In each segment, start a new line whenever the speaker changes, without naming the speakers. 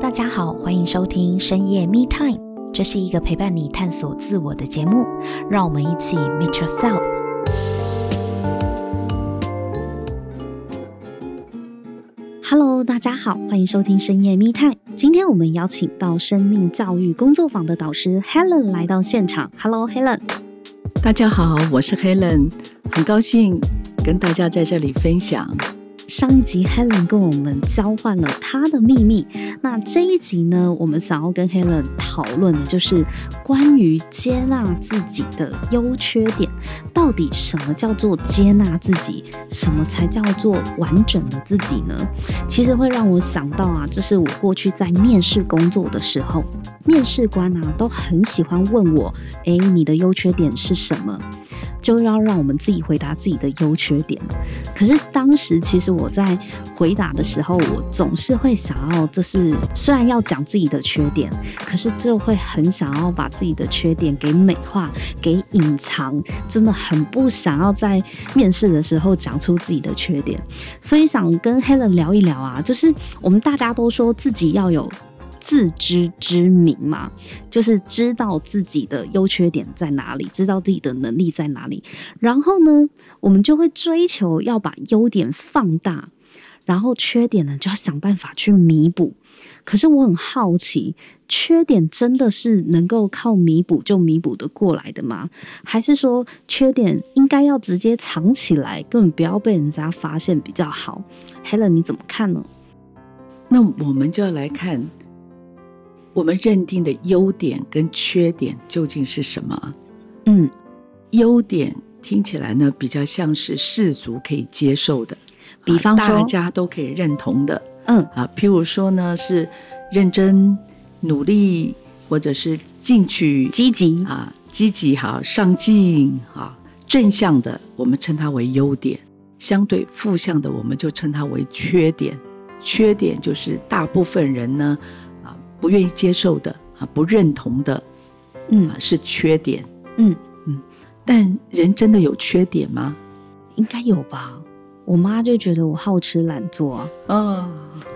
大家好，欢迎收听深夜 Me Time，这是一个陪伴你探索自我的节目，让我们一起 Meet Yourself。
Hello，大家好，欢迎收听深夜密探。今天我们邀请到生命教育工作坊的导师 Helen 来到现场。Hello，Helen。
大家好，我是 Helen，很高兴跟大家在这里分享。
上一集 Helen 跟我们交换了她的秘密，那这一集呢，我们想要跟 Helen 讨论的就是关于接纳自己的优缺点，到底什么叫做接纳自己，什么才叫做完整的自己呢？其实会让我想到啊，这是我过去在面试工作的时候，面试官啊都很喜欢问我，诶，你的优缺点是什么？就要让我们自己回答自己的优缺点。可是当时其实我在回答的时候，我总是会想要，就是虽然要讲自己的缺点，可是就会很想要把自己的缺点给美化、给隐藏，真的很不想要在面试的时候讲出自己的缺点。所以想跟 Helen 聊一聊啊，就是我们大家都说自己要有。自知之明嘛，就是知道自己的优缺点在哪里，知道自己的能力在哪里。然后呢，我们就会追求要把优点放大，然后缺点呢就要想办法去弥补。可是我很好奇，缺点真的是能够靠弥补就弥补得过来的吗？还是说缺点应该要直接藏起来，根本不要被人家发现比较好？Helen，你怎么看呢？
那我们就要来看，我们认定的优点跟缺点究竟是什么？
嗯，
优点听起来呢，比较像是世俗可以接受的，啊
比方说
大家都可以认同的
嗯
啊。譬如说呢，是认真、努力，或者是进取、
积极，
啊，积极哈、上进啊，正向的我们称它为优点，相对负向的我们就称它为缺点。缺点就是大部分人呢啊不愿意接受的啊不认同的
嗯
啊是缺点。
嗯，
但人真的有缺点吗？
应该有吧？我妈就觉得我好吃懒做啊。
哦，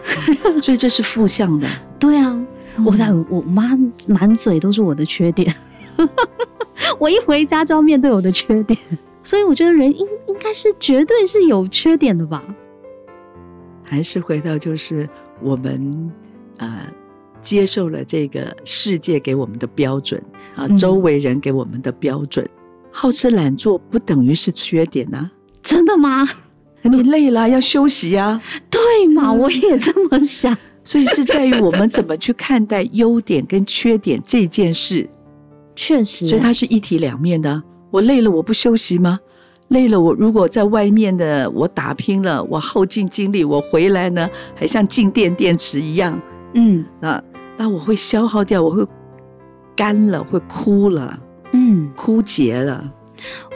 所以这是负向的。
对啊， 我在
嗯
我妈满嘴都是我的缺点， 我一回家就要面对我的缺点，所以我觉得人应应该是绝对是有缺点的吧？
还是回到就是我们呃接受了这个世界给我们的标准啊，
嗯
周围人给我们的标准。好吃懒做不等于是缺点呐、
真的吗？
你累了要休息啊，
对嘛？
嗯
我也这么想。
所以是在于我们怎么去看待优点跟缺点这件事，
确实，
所以它是一体两面的啊。我累了我不休息吗？累了我如果在外面的我打拼了，我耗尽精力，我回来呢还像静电电池一样，
嗯
那那我会消耗掉，我会干了，会枯了，
嗯，
枯竭了。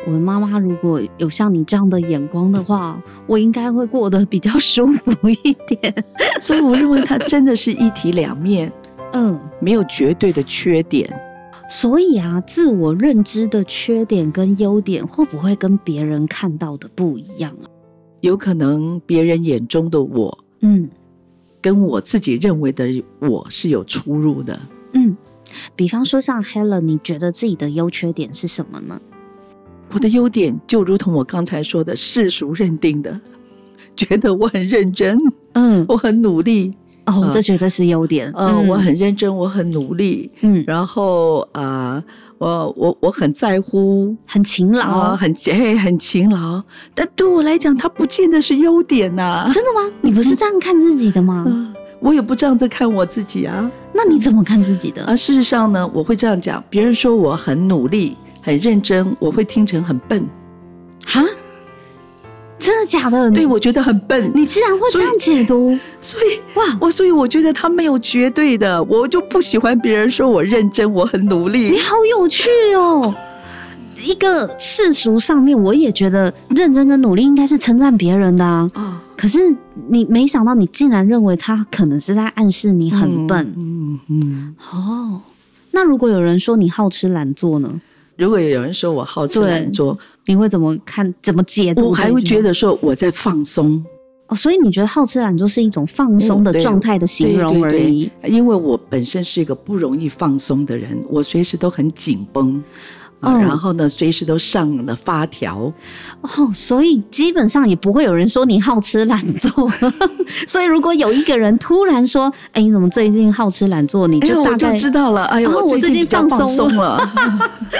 我的妈妈如果有像你这样的眼光的话，我应该会过得比较舒服一点。
所以我认为它真的是一体两面，
嗯。
没有绝对的缺点。
所以啊，自我认知的缺点跟优点会不会跟别人看到的不一样啊？
有可能别人眼中的我
嗯
跟我自己认为的我是有出入的。
嗯，比方说像 Helen，你觉得自己的优缺点是什么呢？
我的优点就如同我刚才说的，世俗认定的，觉得我很认真，
嗯，
我很努力，
哦，
呃
这绝对是优点。
呃，我很认真，我很努力，
嗯
然后啊、我我我很在乎，
很勤劳哦
啊，，很勤、嘿很勤劳，但对我来讲，它不见得是优点呐、
真的吗？你不是这样看自己的吗？
嗯我也不这样子看我自己啊。
那你怎么看自己的？
而事实上呢，我会这样讲：别人说我很努力、很认真，我会听成很笨。
哈，真的假的？
对，我觉得很笨。
你竟然会这样解读？
所以
哇，
我所以我觉得他没有绝对的，我就不喜欢别人说我认真，我很努
你
力。
好有趣哦！一个世俗上面，我也觉得认真跟努力应该是称赞别人的啊。
啊，
可是你没想到，你竟然认为他可能是在暗示你很笨、
嗯嗯。
哦。那如果有人说你好吃懒做呢？
如果有人说我好吃懒做，
你会怎么看？怎么解读这
我
句话？
还会觉得说我在放松。
哦，所以你觉得好吃懒做是一种放松
嗯
的
对
状态的形容
对
而
对
已。
因为我本身是一个不容易放松的人，我随时都很紧绷，啊
嗯
然后呢，随时都上了发条。
哦，所以基本上也不会有人说你好吃懒做。 所以如果有一个人突然说：“哎、你怎么最近好吃懒做？”你
哎呦，
就大
我
概、
就知道了，哎呦，
哦我
最
最
近
近
比较
放
放
松
松了。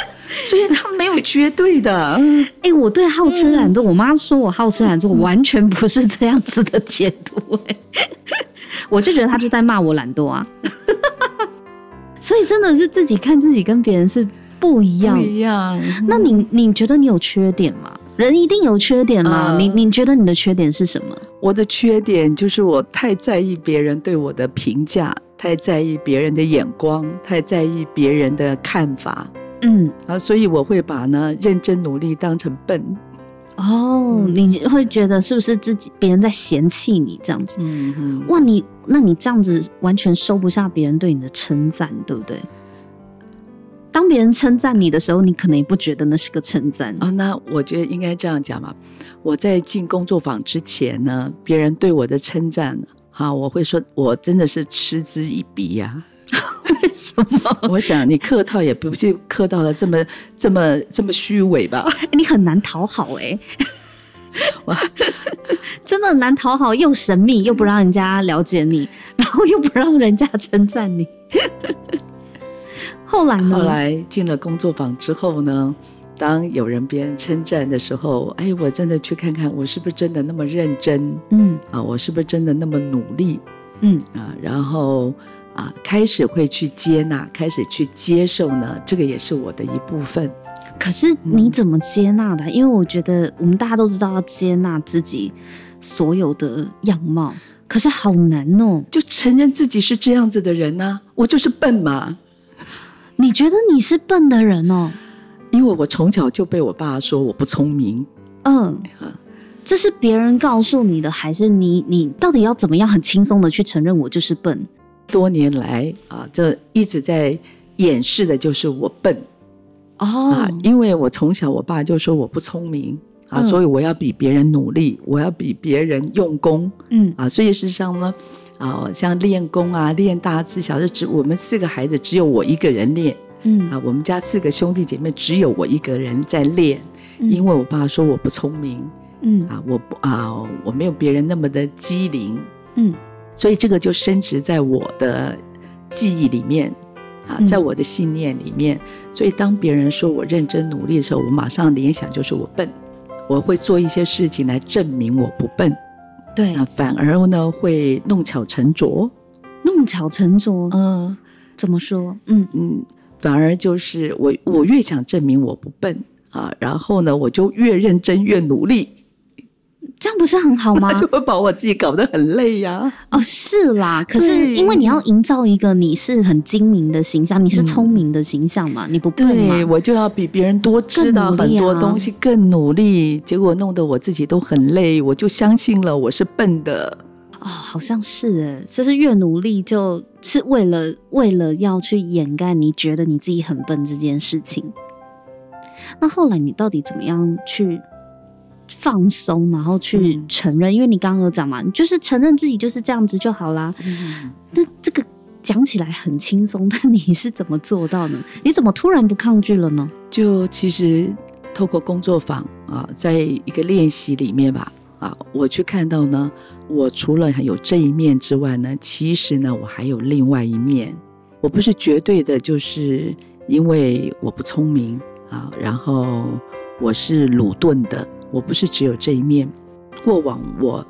所以他没有绝对的，嗯
哎、我对好吃懒做，我妈说我好吃懒做，完全不是这样子的解读、哎，我就觉得她就在骂我懒惰啊。所以真的是自己看自己跟别人是不一样
不
的。
一样。
那你你觉得你有缺点吗？人一定有缺点啦。
呃
你你觉得你的缺点是什么？
我的缺点就是我太在意别人对我的评价，太在意别人的眼光，太在意别人的看法
嗯，
啊，所以我会把呢认真努力当成笨。
哦，
嗯
你会觉得是不是自己别人在嫌弃你这样子？
嗯哼
哇，你那你这样子完全收不下别人对你的称赞，对不对？当别人称赞你的时候，你可能也不觉得那是个称赞。
啊，那我觉得应该这样讲吧。我在进工作坊之前呢，别人对我的称赞，哈、我会说我真的是嗤之以鼻呀、
为什 么？
我想你客套也不是客套的这么这么这么虚伪吧？
哎你很难讨好哎、
哇
真的很难讨好，又神秘，又不让人家了解你，然后又不让人家称赞你。后来呢？
后来进了工作坊之后呢，当有人别人称赞的时候，哎，我真的去看看我是不是真的那么认真
嗯
啊，我是不是真的那么努力
嗯，
啊，然后啊，开始会去接纳，开始去接受呢，这个也是我的一部分。
可是你
嗯
怎么接纳的？因为我觉得我们大家都知道要接纳自己所有的样貌，可是好难哦。
就承认自己是这样子的人呢、我就是笨嘛，
你觉得你是笨的人哦？
因为我从小就被我爸说我不聪明
嗯，
啊。
这是别人告诉你的，还是你你到底要怎么样很轻松的去承认我就是笨？
多年来啊，这一直在掩饰的就是我笨
哦
啊，因为我从小我爸就说我不聪明啊，
嗯
所以我要比别人努力，我要比别人用功
嗯
啊。所以事实上呢，啊，像练功啊、练大字小，这只我们四个孩子只有我一个人练
嗯
啊，我们家四个兄弟姐妹只有我一个人在练，
嗯
因为我爸说我不聪明。
嗯
啊，我不啊，我没有别人那么的机灵，
嗯
所以这个就深植在我的记忆里面啊，
嗯
在我的信念里面。所以当别人说我认真努力的时候，我马上联想就是我笨，我会做一些事情来证明我不笨
对
啊，反而呢会弄巧成拙，
弄巧成拙，
嗯
怎么说？嗯
嗯，反而就是我我越想证明我不笨啊，然后呢我就越认真越努力，
这样不是很好吗
那？就会把我自己搞得很累呀、
哦，是啦，可是
对
因为你要营造一个你是很精明的形象，你是聪明的形象嘛，你不笨
嗯对，
嘛？
我就要比别人多知道
更努
很
力啊
多东西，更努力。结果弄得我自己都很累，我就相信了我是笨的。
哦，好像是诶，就是越努力，就是为了为了要去掩盖你觉得你自己很笨这件事情。那后来你到底怎么样去放松，然后去
嗯
承认？因为你刚刚有讲嘛，你就是承认自己就是这样子就好啦。那这个讲起来很轻松，但你是怎么做到呢？你怎么突然不抗拒了呢？
就其实透过工作坊啊，在一个练习里面吧，啊，我去看到呢，我除了有这一面之外呢，其实呢，我还有另外一面。啊我不是绝对的，就是因为我不聪明啊，然后我是鲁钝的，我不是只有这一面。过往我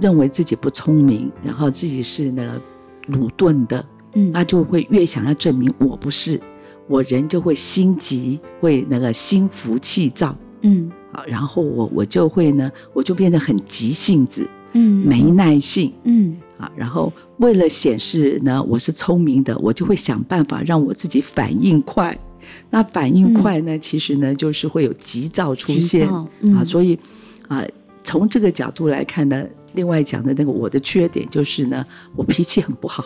认为自己不聪明，然后自己是呢鲁钝的，
嗯
那就会越想要证明我不是，我人就会心急，会那个心浮气躁
嗯
啊，然后我我就会呢，我就变得很急性子，
嗯
没耐性
嗯
啊，然后为了显示呢我是聪明的，我就会想办法让我自己反应快。那反应快呢，其实呢就是会有急躁出现
嗯急躁嗯
啊，所以啊，从这个角度来看呢，另外讲的那个我的缺点就是呢，我脾气很不好。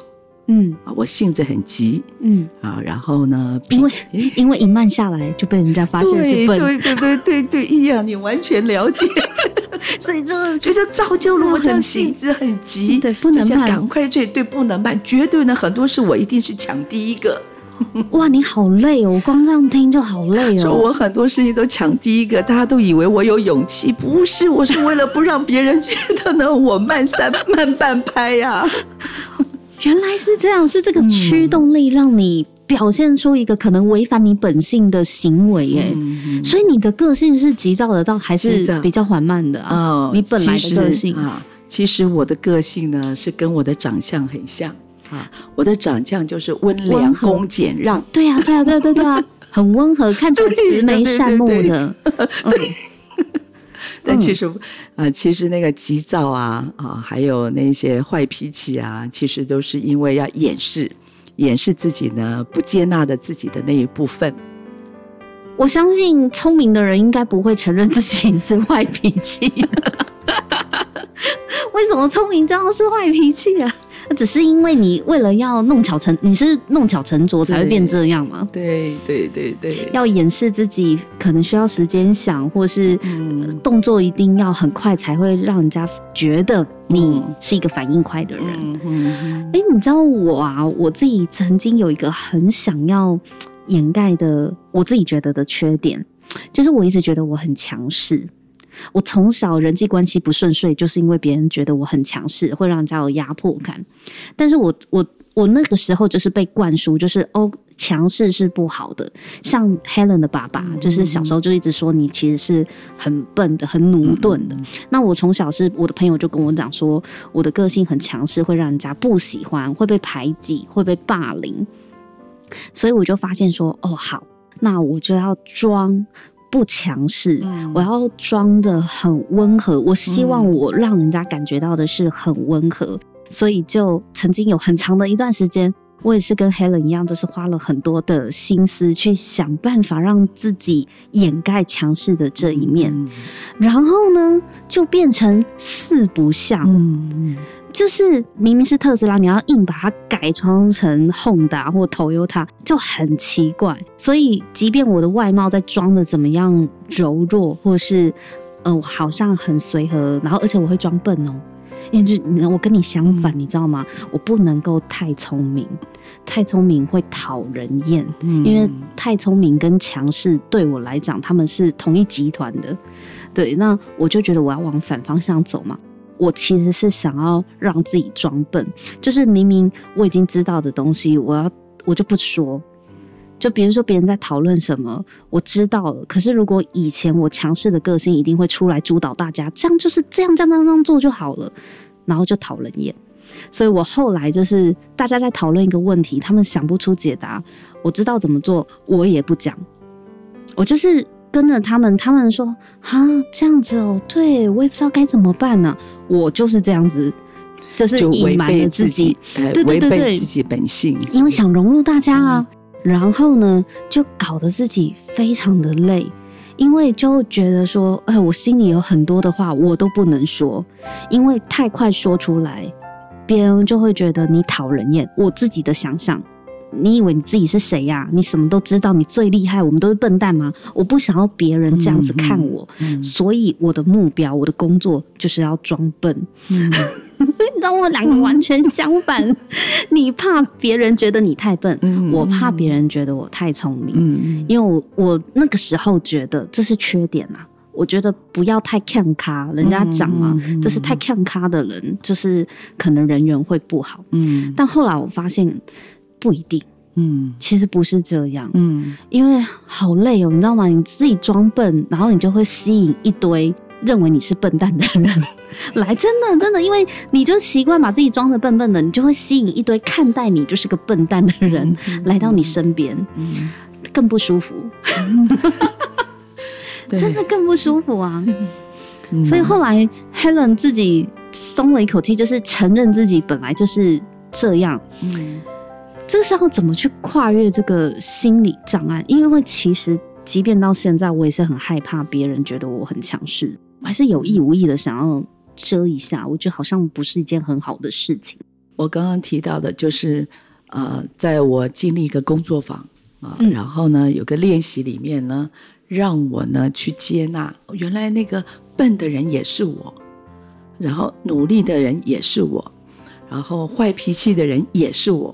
嗯
啊，我性子很急
嗯，
啊，然后呢，
因为 因为一慢下来就被人家发现是
对
笨，
对对对对对， 一样你完全了 解，
所以就是
所以这造就了我这样性子很急，
对不能
就是要
慢
赶快追，对不能慢，绝对呢，很多事我一定是抢第一个，
哇，你好累哦，我光这样听就好累
说
哦。
我很多事情都抢第一个，大家都以为我有勇气，不是，我是为了不让别人觉得呢我慢三慢半拍呀、
原来是这样，是这个驱动力让你表现出一个可能违反你本性的行为耶。
嗯
所以你的个性是急躁得到，还
是
是
的
比较缓慢的啊？
哦
你本来的个
其
性
实啊，其实我的个性呢是跟我的长相很像啊，我的长相就是温良
温和
恭俭让，
对呀、对呀、啊对呀、对呀、对呀、很温和，看起来
对
慈眉
对对
善目
对
的。
但
嗯
其实啊、其实那个急躁啊啊，还有那些坏脾气啊，其实都是因为要掩饰。掩饰自己呢，不接纳的自己的那一部分，
我相信聪明的人应该不会承认自己是坏脾气的。为什么聪明就要是坏脾气啊？只是因为你为了要弄巧成，你是弄巧成拙才会变这样吗？
对对对对，
要掩饰自己，可能需要时间想，或是
嗯
动作一定要很快，才会让人家觉得你
嗯
是一个反应快的人。
嗯嗯，
哎、你知道我啊，我自己曾经有一个很想要掩盖的，我自己觉得的缺点，就是我一直觉得我很强势。我从小人际关系不顺遂，就是因为别人觉得我很强势，会让人家有压迫感。但是我我我那个时候就是被灌输，就是哦，强势是不好的。像 Helen 的爸爸，
嗯
就是小时候就一直说你其实是很笨的、很
嗯
驽钝的。，那我从小是我的朋友就跟我讲说，我的个性很强势，会让人家不喜欢，会被排挤，会被霸凌。所以我就发现说，哦，好，那我就要装不强势，
嗯
我要装的很温和。我希望
嗯
我让人家感觉到的是很温和，所以就曾经有很长的一段时间。我也是跟 Helen 一样，就是花了很多的心思去想办法让自己掩盖强势的这一面。
嗯
然后呢，就变成四不像，
嗯
就是明明是特斯拉，你要硬把它改装成 Honda 或 Toyota，就很奇怪。所以，即便我的外貌在装的怎么样柔弱，或是呃，我好像很随和，然后而且我会装笨哦，因为就我跟你相反，
嗯
你知道吗？我不能够太聪明，太聪明会讨人厌。
嗯
因为太聪明跟强势对我来讲，他们是同一集团的。对，那我就觉得我要往反方向走嘛。我其实是想要让自己装笨，就是明明我已经知道的东西，我要我就不说。就比如说别人在讨论什么，我知道了，可是如果以前我强势的个性一定会出来主导大家，这样就是这样这样这样这样做就好了，然后就讨人厌。所以我后来就是大家在讨论一个问题，他们想不出解答，我知道怎么做，我也不讲，我就是跟着他们，他们说啊这样子哦，对我也不知道该怎么办呢、我就是这样子，就是
就
隐
违
瞒
背
了
自己，呃
对，对
违
对
背
对
自己本性，
因为想融入大家啊，然后呢，就搞得自己非常的累，因为就觉得说，哎，我心里有很多的话我都不能说，因为太快说出来，别人就会觉得你讨人厌。我自己的想象，你以为你自己是谁呀、你什么都知道，你最厉害，我们都是笨蛋吗？我不想要别人这样子看我，
嗯
所以我的目标，我的工作就是要装笨。
嗯
你让我两个完全相反。 你怕别人觉得你太笨，
嗯
我怕别人觉得我太聪明。
嗯
因为我我那个时候觉得这是缺点啊，我觉得不要太看咖，人家讲啊，
嗯嗯嗯
这是太看咖的人，就是可能人缘会不好。
嗯
但后来我发现不一定，
嗯
其实不是这样。
嗯
因为好累哦，你知道吗？你自己装笨，然后你就会吸引一堆认为你是笨蛋的 人来，真的真的，因为你就习惯把自己装的笨笨的，你就会吸引一堆看待你就是个笨蛋的人、
嗯
来到你身边，
嗯，
更不舒服，
对
真的更不舒服啊！
嗯
所以后来 Helen 自己松了一口气，就是承认自己本来就是这样，
嗯
这是要怎么去跨越这个心理障碍？因为其实，即便到现在，我也是很害怕别人觉得我很强势，我还是有意无意的想要遮一下，我觉得好像不是一件很好的事情。
我刚刚提到的，就是呃，在我经历一个工作坊啊、
嗯
然后呢，有个练习里面呢，让我呢去接纳，原来那个笨的人也是我，然后努力的人也是我，然后坏脾气的人也是我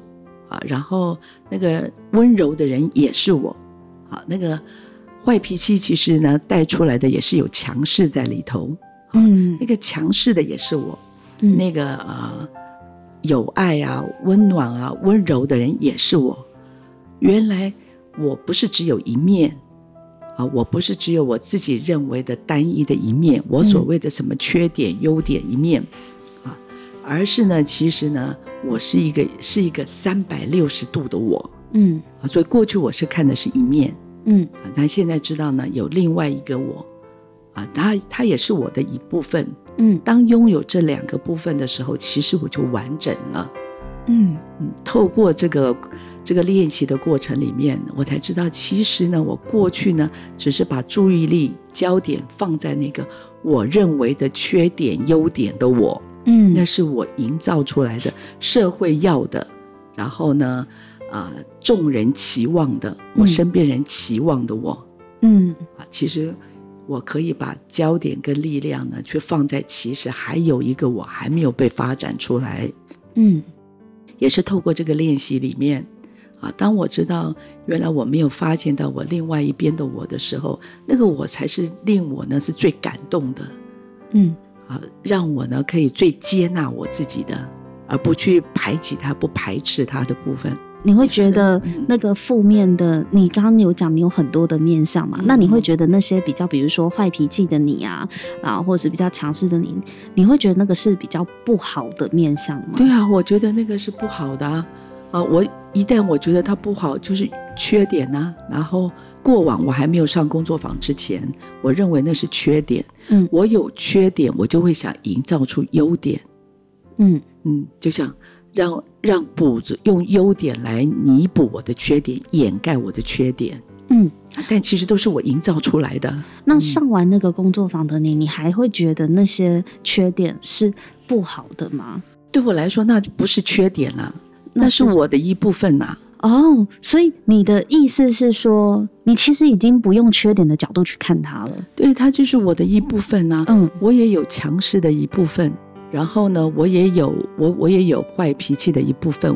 啊，然后那个温柔的人也是我啊，那个坏脾气其实呢带出来的也是有强势在里头，
嗯
那个强势的也是我，
嗯
那个呃有爱啊、温暖啊、温柔的人也是我。原来我不是只有一面啊，我不是只有我自己认为的单一的一面，我所谓的什么缺点、优点一面啊，而是呢，其实呢，我是一个是一个三百六十度的我
嗯
啊，所以过去我是看的是一面，
嗯
啊，但现在知道呢，有另外一个我，啊，他他也是我的一部分。
嗯
当拥有这两个部分的时候，其实我就完整了。
嗯
嗯，透过这个这个练习的过程里面，我才知道，其实呢，我过去呢，只是把注意力焦点放在那个我认为的缺点、优点的我，
嗯，
那是我营造出来的社会要的，然后呢，啊、众人期望的，我
嗯
身边人期望的我。
嗯
啊，其实我可以把焦点跟力量呢，去放在其实还有一个我还没有被发展出来，
嗯
也是透过这个练习里面啊，当我知道原来我没有发现到我另外一边的我的时候，那个我才是令我呢是最感动的
嗯
啊，让我呢可以最接纳我自己的，而不去排挤它、不排斥它的部分。
你会觉得
嗯
那个负面的，你刚刚有讲你有很多的面相嘛？
嗯
那你会觉得那些比较，比如说坏脾气的你啊，啊，或者是比较强势的你，你会觉得那个是比较不好的面相吗？
对啊，我觉得那个是不好的啊！啊，我一旦我觉得它不好，就是缺点呐、然后过往我还没有上工作坊之前，我认为那是缺点。
嗯
我有缺点，我就会想营造出优点。
嗯
嗯，就想让让补足，用优点来弥补我的缺点，掩盖我的缺点。
嗯。
啊但其实都是我营造出来的。
那
嗯
上完那个工作坊的你，你还会觉得那些缺点是不好的吗？
对我来说，那就不是缺点啦、那是我的一部分呐、
哦，所以你的意思是说，你其实已经不用缺点的角度去看它了。
对，它就是我的一部分呐、
嗯
我也有强势的一部分，然后呢，我也有我我也有坏脾气的一部分，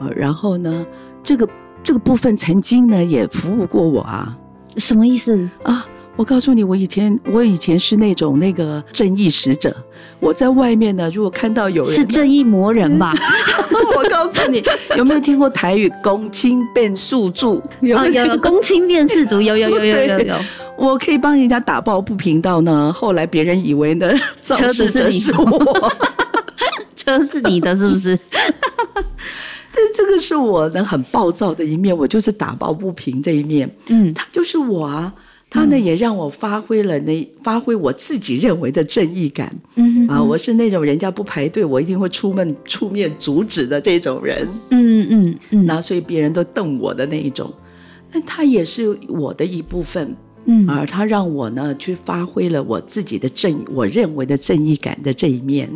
呃，然后呢，这个这个部分曾经呢也服务过我啊
什么意思？
啊！我告诉你，我以前我以前是那种那个正义使者，我在外面呢，如果看到有人
是正义魔人吧？
我告诉你，有没有听过台语“公亲变宿住”？有
啊，
没有听
有
过？
有公亲变世 族，有有有有有
对
有，
我可以帮人家打抱不平到呢，后来别人以为呢，肇
车子
事
是
者
你
是我。
车是你的，是不是？
但这个是我的很暴躁的一面，我就是打抱不平这一面，
嗯
他就是我啊。他呢也让我发挥了那发挥我自己认为的正义感
嗯
啊，我是那种人家不排队，我一定会出面出面阻止的这种人，
嗯嗯嗯
那所以别人都瞪我的那一种。但他也是我的一部分，
嗯嗯
而他让我呢去发挥了我自己的正，我认为的正义感的这一面。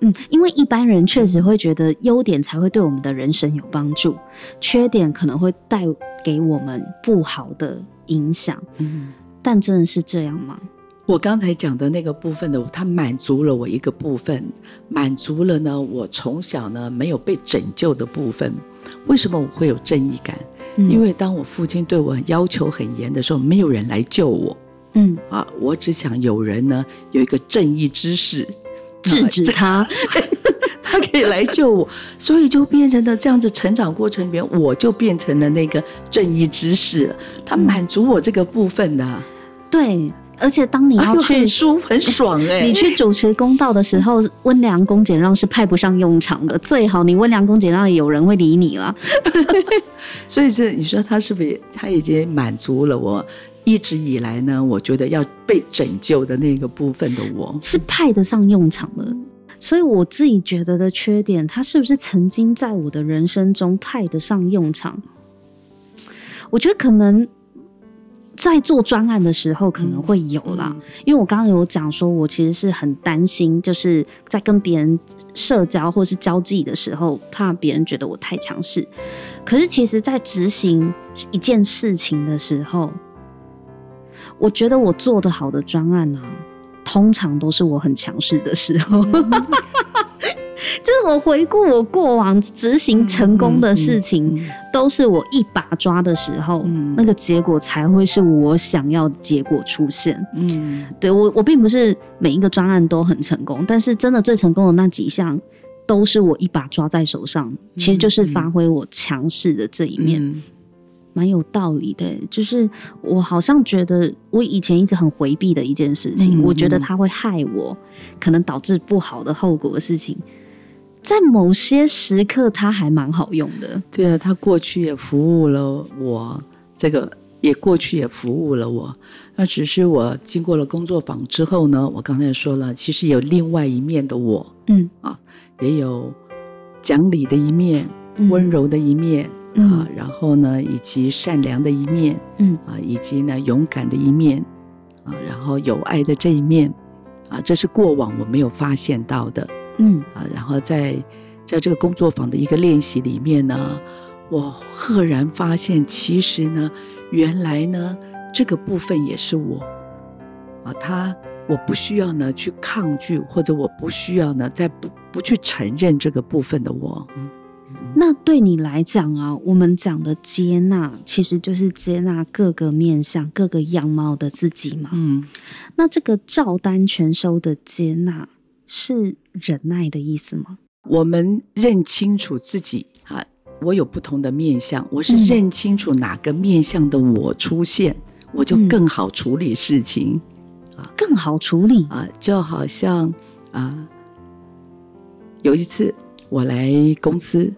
嗯，因为一般人确实会觉得优点才会对我们的人生有帮助，缺点可能会带给我们不好的影响，
嗯，
但真的是这样吗？
我刚才讲的那个部分呢，它满足了我一个部分，满足了呢我从小呢没有被拯救的部分。为什么我会有正义感？
嗯
因为当我父亲对我要求很严的时候，没有人来救我
嗯，
啊，我只想有人呢有一个正义之士
制止他，
他可以来救我，所以就变成了这样子成长过程里面，我就变成了那个正义之士了，他满足我这个部分的，
对，而且当嗯你
哎
要
呦，
去
很。舒服，很爽哎、
你去主持公道的时候，温良恭俭让是派不上用场的。最好你温良恭俭让，有人会理你了。
所以这你说他是不是也他已经满足了我一直以来呢？我觉得要被拯救的那个部分的我，
是派得上用场的。所以我自己觉得的缺点，它是不是曾经在我的人生中派得上用场？我觉得可能在做专案的时候可能会有
嗯
啦，因为我刚刚有讲说，我其实是很担心，就是在跟别人社交或是交际的时候，怕别人觉得我太强势。可是其实，在执行一件事情的时候，我觉得我做的好的专案呢、通常都是我很强势的时 候。
嗯
就是我回顾我过往执行成功的事情，都是我一把抓的时候，
嗯
那个结果才会是我想要的结果出现。
嗯，嗯
对我，我并不是每一个专案都很成功，但是真的最成功的那几项，都是我一把抓在手上，其实就是发挥我强势的这一面，
嗯
蛮、有道理的。欸就是我好像觉得我以前一直很回避的一件事情，
嗯
我觉得它会害我，可能导致不好的后果的事情。在某些时刻，它还蛮好用的。
对啊，他过去也服务了我，这个也过去也服务了我。那只是我经过了工作坊之后呢，我刚才也说了，其实有另外一面的我，
嗯，
也有讲理的一面、
嗯
温柔的一面、
嗯
啊，然后呢，以及善良的一面，
嗯
啊，以及呢勇敢的一面啊，然后有爱的这一面啊，这是过往我没有发现到的。
嗯
啊，然后在在这个工作坊的一个练习里面呢，我赫然发现，其实呢，原来呢，这个部分也是我啊，他我不需要呢去抗拒，或者我不需要呢再不不去承认这个部分的我。
嗯那对你来讲啊，我们讲的接纳，其实就是接纳各个面相、各个样貌的自己嘛。
嗯，
那这个照单全收的接纳，是忍耐的意思吗？
我们认清楚自己啊，我有不同的面相，我是
嗯
认清楚哪个面相的我出现，我就
嗯
更好处理事情。
更好处理。
啊，就好像啊，有一次我来公司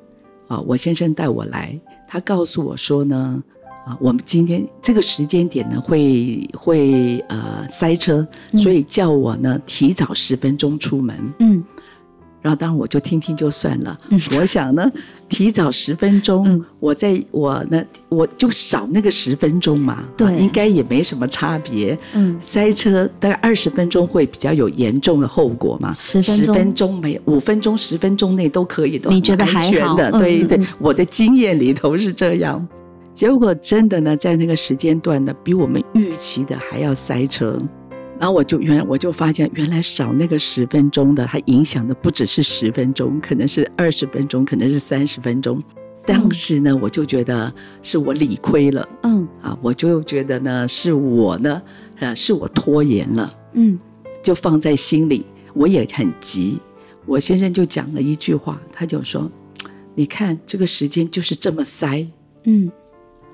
啊，我先生带我来，他告诉我说呢，啊，我们今天这个时间点呢会会呃塞车，
嗯
所以叫我呢提早十分钟出门。
嗯
然后当然我就听听就算了
嗯。
我 想呢，提早十分钟，
嗯
我在我呢我就少那个十分钟嘛，啊
对
应该也没什么差别。
嗯
塞车大概二十分钟会比较有严重的后果嘛？
10分钟
钟没五分钟、十分钟内都可以的，
你觉得
很安
还
全
好
的？
嗯
对
嗯
对
嗯，
我的经验里头是这样。结果真的呢，在那个时间段呢，比我们预期的还要塞车。然后我就原来我就发现，原来少那个十分钟的，它影响的不只是十分钟，可能是二十分钟，可能是三十分钟。当时呢，我就觉得是我理亏了。
嗯
啊，我就觉得呢，是我呢，呃，是我拖延了，
嗯
就放在心里。我也很急，我先生就讲了一句话，他就说：“你看这个时间就是这么塞。
嗯”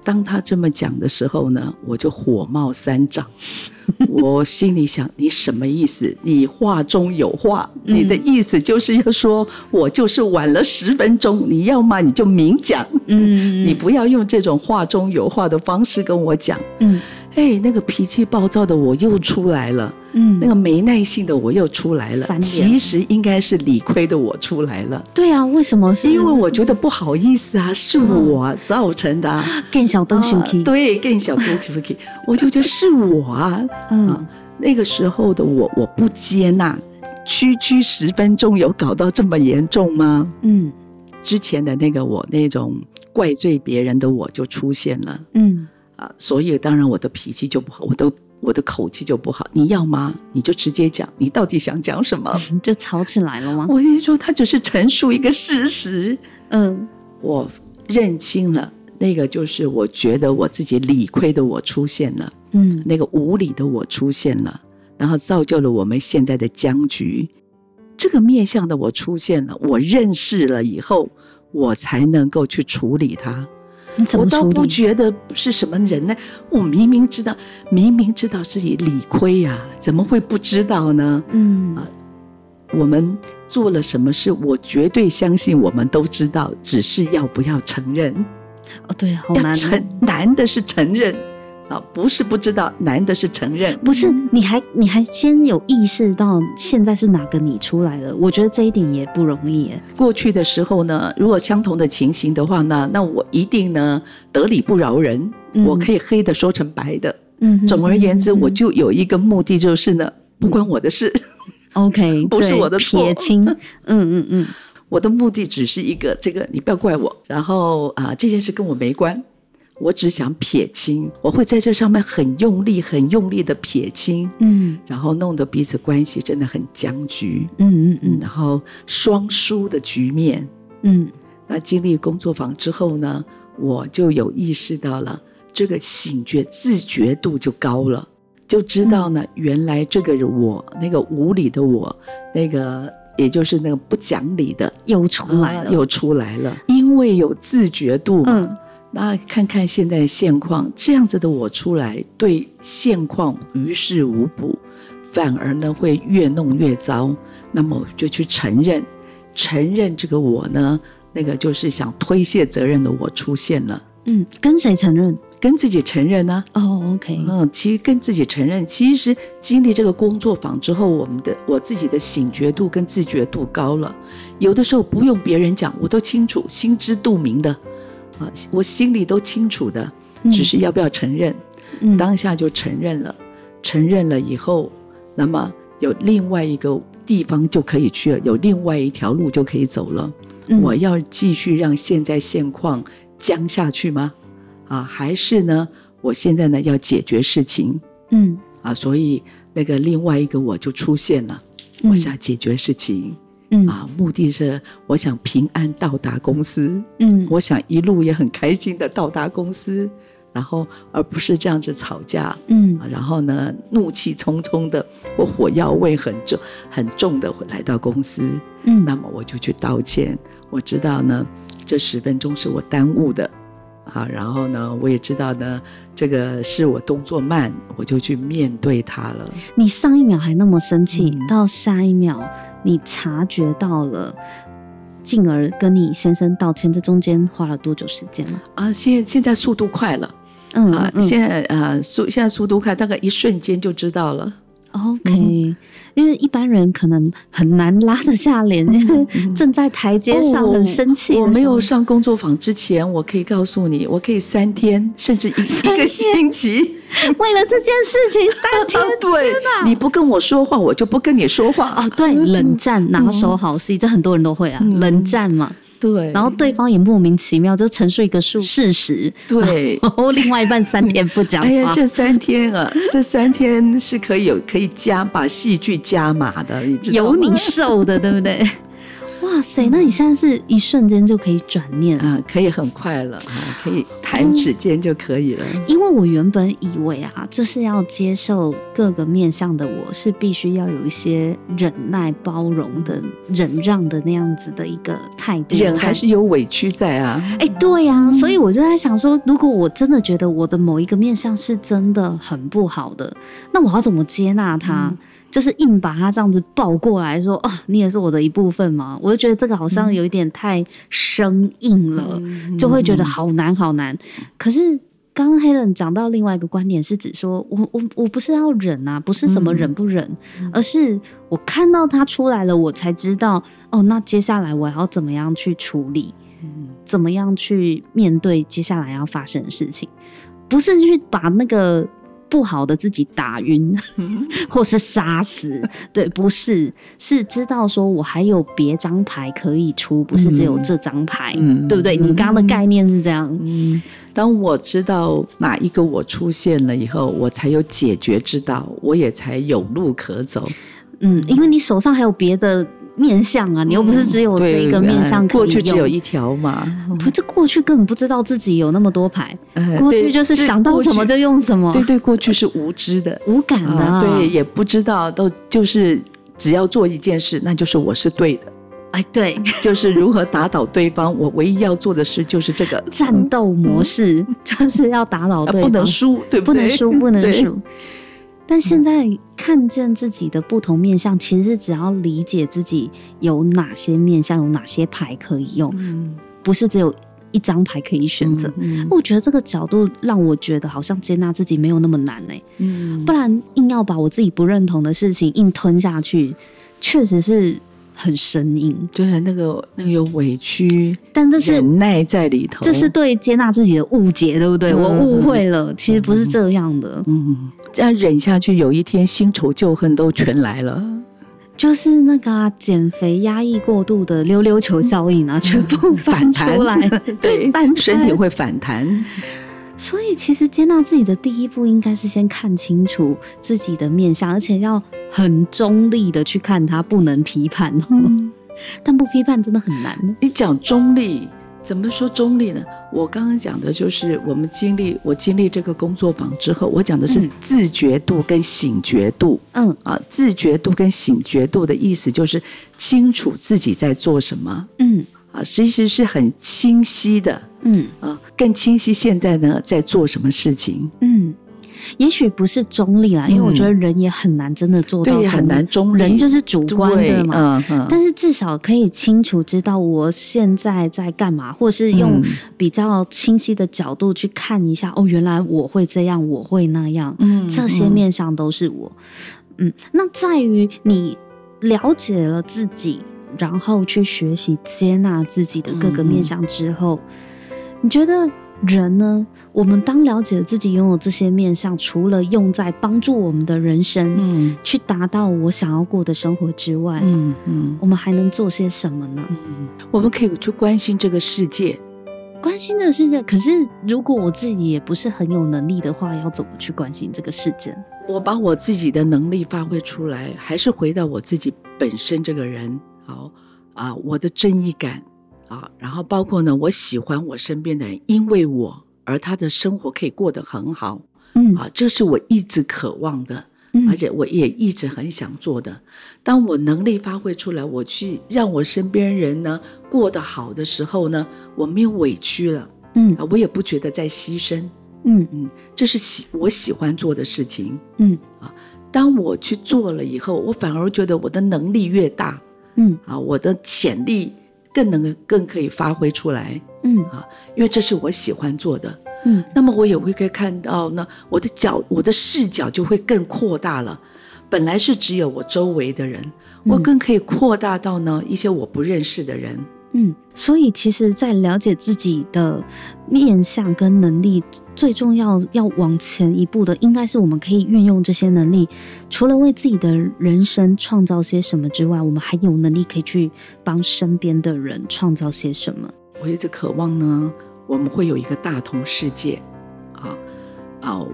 当他这么讲的时候呢，我就火冒三丈。 我心里想，你什么意思？你话中有话，
嗯
你的意思就是要说我就是晚了十分钟，你要么你就明讲，
嗯，
你不要用这种话中有话的方式跟我讲。
嗯
哎，那个脾气暴躁的我又出来了，
嗯
那个没耐性的我又出来
翻
了。
脸
其实应该是理亏的我出来了，
对啊，为什么是？
因为我觉得不好意思啊，是我造成的、啊。
更小灯熊 k
啊对，更小更小 k 我就觉得是我啊，
嗯
啊，那个时候的我，我不接纳。区区十分钟有搞到这么严重吗？
嗯
之前的那个我，那种怪罪别人的我就出现了。
嗯
啊，所以当然我的脾气就不好，我的我的口气就不好。你要吗？你就直接讲，你到底想讲什么？
嗯，就吵起来了吗？
我跟你说，他只是陈述一个事实，
嗯
我认清了。那个就是我觉得我自己理亏的我出现了，
嗯
那个无理的我出现了，然后造就了我们现在的僵局。这个面向的我出现了，我认识了以后，我才能够去处理它。
你怎
我
么
倒
处
不
理？
觉得是什么人呢，我明明知道，明明知道自己理亏呀、怎么会不知道呢？
嗯
啊我们做了什么事，我绝对相信我们都知道，只是要不要承认。
哦，对，好
要
难哦。
承难的是承认啊，不是不知道，难的是承认。
不是，你还你还先有意识到现在是哪个你出来了，我觉得这一点也不容易耶。
过去的时候呢，如果相同的情形的话呢，那我一定呢得理不饶人，
嗯
我可以黑的说成白的。
嗯哼，
总而言之，
嗯哼
我就有一个目的，就是呢，不关我的事，
OK，
不是
对
我的错
撇 清，嗯嗯嗯，
我的目的只是一个，这个你不要怪我。然后啊、这件事跟我没关，我只想撇清，我会在这上面很用力、很用力的撇清，
嗯
然后弄得彼此关系真的很僵局，
嗯嗯
嗯，
嗯
然后双输的局面。
嗯
那经历工作坊之后呢，我就有意识到了这个醒觉自觉度就高了，就知道呢，原来这个我那个无理的我，那个也就是那个不讲理的
又出来了，
嗯又出来了，因为有自觉度嘛。
嗯
那看看现在现况，这样子的我出来，对现况于事无补，反而呢会越弄越糟。那么我就去承认，承认这个我呢，那个就是想推卸责任的我出现了，
嗯，跟谁承认？
跟自己承认呢、
哦，OK，
嗯，其实跟自己承认，其实经历这个工作坊之后，我们的我自己的醒觉度跟自觉度高了，有的时候不用别人讲，我都清楚，心知肚明的，啊，我心里都清楚的，
嗯
只是要不要承认，
嗯
当下就承认了，承认了以后，那么有另外一个地方就可以去了，有另外一条路就可以走了。
嗯
我要继续让现在现况僵下去吗？啊，还是呢？我现在呢要解决事情
嗯，
啊，所以那个另外一个我就出现了，我
嗯
想解决事情、
嗯
啊，目的是我想平安到达公司，
嗯
我想一路也很开心的到达公司，然后而不是这样子吵架。
嗯
啊，然后呢，怒气冲冲的，我火药味很重很重的来到公司，
嗯，
那么我就去道歉。我知道呢，这十分钟是我耽误的，啊，然后呢，我也知道呢，这个是我动作慢，我就去面对它了。
你上一秒还那么生气，
嗯
到下一秒你察觉到了，进而跟你先生道歉，这中间花了多久时间呢？
啊，现现在速度快了
嗯
啊，
嗯
现在啊速现在速度快，大概一瞬间就知道了。
OK，、因嗯为一般人可能很难拉得下脸，正在台阶上
哦
很生气、
我 没有，上工作坊之前，我可以告诉你，我可以三天甚至一一个
天
星期。 啊
为了这件事情三天
对，你不跟我说话，我就不跟你说话。
哦，对，冷战拿手好戏，这很多人都会啊，
嗯
冷战嘛。
对，
然后对方也莫名其妙就陈述一个事事实，
对。
然后另外一半三天不讲话。
哎呀，这三天啊， 这三天是可以有可以加把戏剧加码的，你知道吗
有你瘦的，对不 对？哇塞，那你现在是一瞬间就可以转念了。
啊，可以很快了啊，可以弹指间就可以了。
因为我原本以为啊，就是要接受各个面向的我，是必须要有一些忍耐、包容的、忍让的那样子的一个态度。
人还是有委屈在啊，
哎，对呀、所以我就在想说，如果我真的觉得我的某一个面相是真的很不好的，那我要怎么接纳它？
嗯
就是硬把它这样子抱过来说，哦，你也是我的一部分嘛。我就觉得这个好
嗯
像有一点太生硬了，嗯就会觉
嗯
得好难好难。可是。刚刚 Helen 讲到另外一个观点，是指说我我我不是要忍啊，不是什么忍不忍，
嗯
而是我看到它出来了，我才知道哦，那接下来我要怎么样去处理？
嗯
怎么样去面对接下来要发生的事情，不是去把那个不好的自己打晕
嗯
或是杀死，对，不是，是知道说我还有别张牌可以出，不是只有这张牌，
嗯
哎对不对？你刚刚的概念是这样，
嗯，当我知道哪一个我出现了以后，我才有解决之道，我也才有路可走。
嗯，因为你手上还有别的面相啊，你又不是只有这一个面相可以用
嗯对哎过去只有一。条嘛，
不，这过去根本不知道自己有那么多牌，
呃
过去
对
就是
这
想到
过
什么
去
就用什么，
对对，过去是无知的，
无感的、
啊，对，，也不知道，都就是只要做一件事，那就是我是对的，
哎，对，
就是如何打倒对方。我唯一要做的事就是这个，嗯
战斗模式，就是要打倒
呃
对方，
嗯
啊
不能输，对
不
对？嗯
能输，不能
对
输。嗯但现在看见自己的不同面
嗯
相，其实只要理解自己有哪些面相，有哪些牌可以用，
嗯，
不是只有一张牌可以选择。哦
嗯，
我觉得这个角度让我觉得好像接纳自己没有那么难欸呢、
嗯
不然硬要把我自己不认同的事情硬吞下去，确实是很生硬，
就是那个那个有委屈、
但这是
忍耐在里头。
这是对接纳自己的误解，对不对？
嗯
我误会了，其实不是这样的，
嗯，这样忍下去，有一天新仇旧恨都全来了。
就是那个啊、减肥压抑过度的溜溜球效应啊，全部翻
嗯反弹
出 来。
对
反弹，
身体会反弹。
所以，其实接纳自己的第一步，应该是先看清楚自己的面相，而且要很中立的去看它，不能批判哦。
嗯
但不批判真的很难。
你讲中立，怎么说中立呢？我刚刚讲的就是我们经历，我经历这个工作坊之后，我讲的是
嗯
自觉度跟醒觉度、
嗯
啊。自觉度跟醒觉度的意思就是清楚自己在做什么
嗯
啊，其实是很清晰的
嗯
啊，更清晰现在呢在做什么事情。
嗯，也许不是中立啦，因为我觉得人也很难真的做到
嗯对，
中立，
也很难中立，
人就是主观的嘛。
对嗯嗯，
但是至少可以清楚知道我现在在干嘛，或是用
嗯
比较清晰的角度去看一下。哦，原来我会这样，我会那样，
嗯
这些面向都是我。嗯，那在于你了解了自己，然后去学习接纳自己的
嗯
各个面向之后，你觉得人呢？我们当了解了自己拥有这些面向，除了用在帮助我们的人生，
嗯
去达到我想要过的生活之外，
嗯嗯
我们还能做些什么呢？
嗯，我们可以去关心这个世界。
关心的世界，可是如果我自己也不是很有能力的话，要怎么去关心这个世界？
我把我自己的能力发挥出来，还是回到我自己本身这个人，好啊，我的正义感啊，然后包括呢，我喜欢我身边的人，因为我而他的生活可以过得很好
嗯
啊，这是我一直渴望的，
嗯
而且我也一直很想做的。当我能力发挥出来，我去让我身边人呢过得好的时候呢，我没有委屈了
嗯
啊，我也不觉得在牺牲，
嗯
这是喜我喜欢做的事情。
嗯
当我去做了以后，我反而觉得我的能力越大
嗯
啊，我的潜力更能更可以发挥出来，
嗯
因为这是我喜欢做的。
嗯
那么我也会可以看到呢，我的角，我的视角就会更扩大了。本来是只有我周围的人，
嗯
我更可以扩大到呢一些我不认识的人。
嗯。所以，其实，在了解自己的面相跟能力，最重要要往前一步的，应该是我们可以运用这些能力，除了为自己的人生创造些什么之外，我们还有能力可以去帮身边的人创造些什么。
我一直渴望呢，我们会有一个大同世界，啊啊，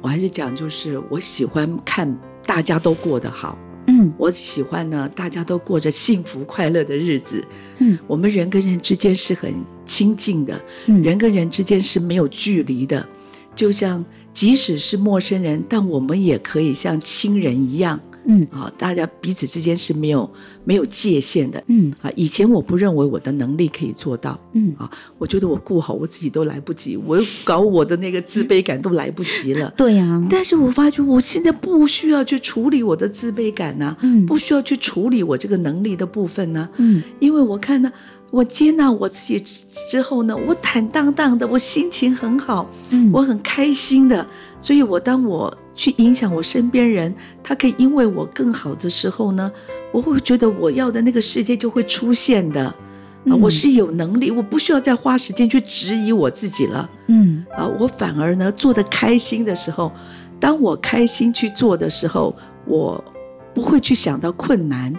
我还是讲就是我喜欢看大家都过得好。
嗯
我喜欢呢，大家都过着幸福快乐的日子。
嗯
我们人跟人之间是很亲近的，
嗯
人跟人之间是没有距离的。就像即使是陌生人，但我们也可以像亲人一样
嗯
啊，大家彼此之间是没有没有界限的
嗯
啊。以前我不认为我的能力可以做到，
嗯，。
我觉得我顾好我自己都来不及，我搞我的那个自卑感都来不及了
对呀、
但是我发觉我现在不需要去处理我的自卑感啊呐、
嗯
不需要去处理我这个能力的部分呢、
嗯
因为我看呢，我接纳我自己之之后呢，我坦荡荡的，我心情很好，
嗯，
我很开心的，所以我当我去影响我身边人，他可以因为我更好的时候呢，我会觉得我要的那个世界就会出现的，啊
嗯
我是有能力，我不需要再花时间去质疑我自己了。
嗯
啊，我反而呢做的开心的时候，当我开心去做的时候，我不会去想到困难，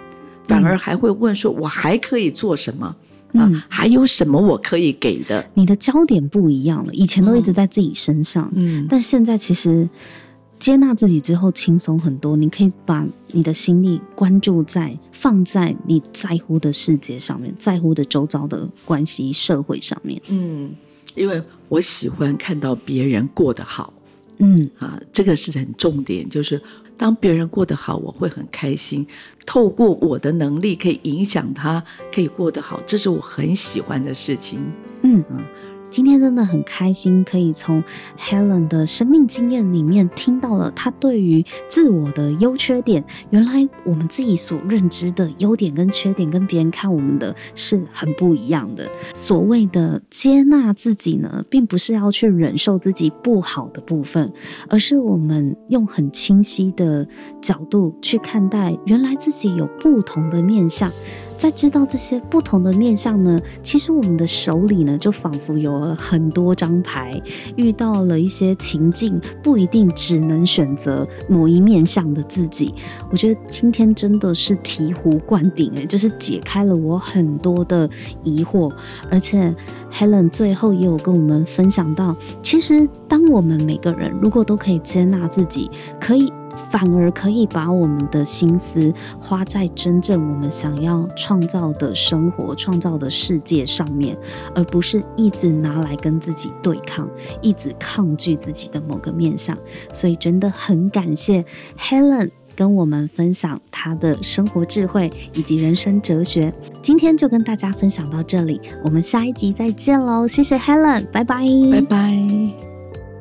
反而还会问说，我还可以做什么啊
嗯？
还有什么我可以给的？
你的焦点不一样了，以前都一直在自己身上，
嗯，
但现在其实接纳自己之后轻松很多，你可以把你的心力关注在放在你在乎的世界上面，在乎的周遭的关系、社会上面。
嗯，因为我喜欢看到别人过得好
嗯
啊，这个是很重点，就是。当别人过得好，我会很开心。透过我的能力，可以影响他，可以过得好，这是我很喜欢的事情。
嗯，今天真的很开心，可以从 Helen 的生命经验里面听到了她对于自我的优缺点。原来我们自己所认知的优点跟缺点，跟别人看我们的是很不一样的。所谓的接纳自己呢，并不是要去忍受自己不好的部分，而是我们用很清晰的角度去看待，原来自己有不同的面相。在知道这些不同的面相呢，其实我们的手里呢，就仿佛有了很多张牌。遇到了一些情境，不一定只能选择某一面相的自己。我觉得今天真的是醍醐灌顶，诶，就是解开了我很多的疑惑。而且 Helen 最后也有跟我们分享到，其实当我们每个人如果都可以接纳自己，可以。反而可以把我们的心思花在真正我们想要创造的生活、创造的世界上面，而不是一直拿来跟自己对抗，一直抗拒自己的某个面向。所以真的很感谢 Helen 跟我们分享她的生活智慧以及人生哲学。今天就跟大家分享到这里，我们下一集再见喽！谢谢 Helen，拜拜，
拜拜。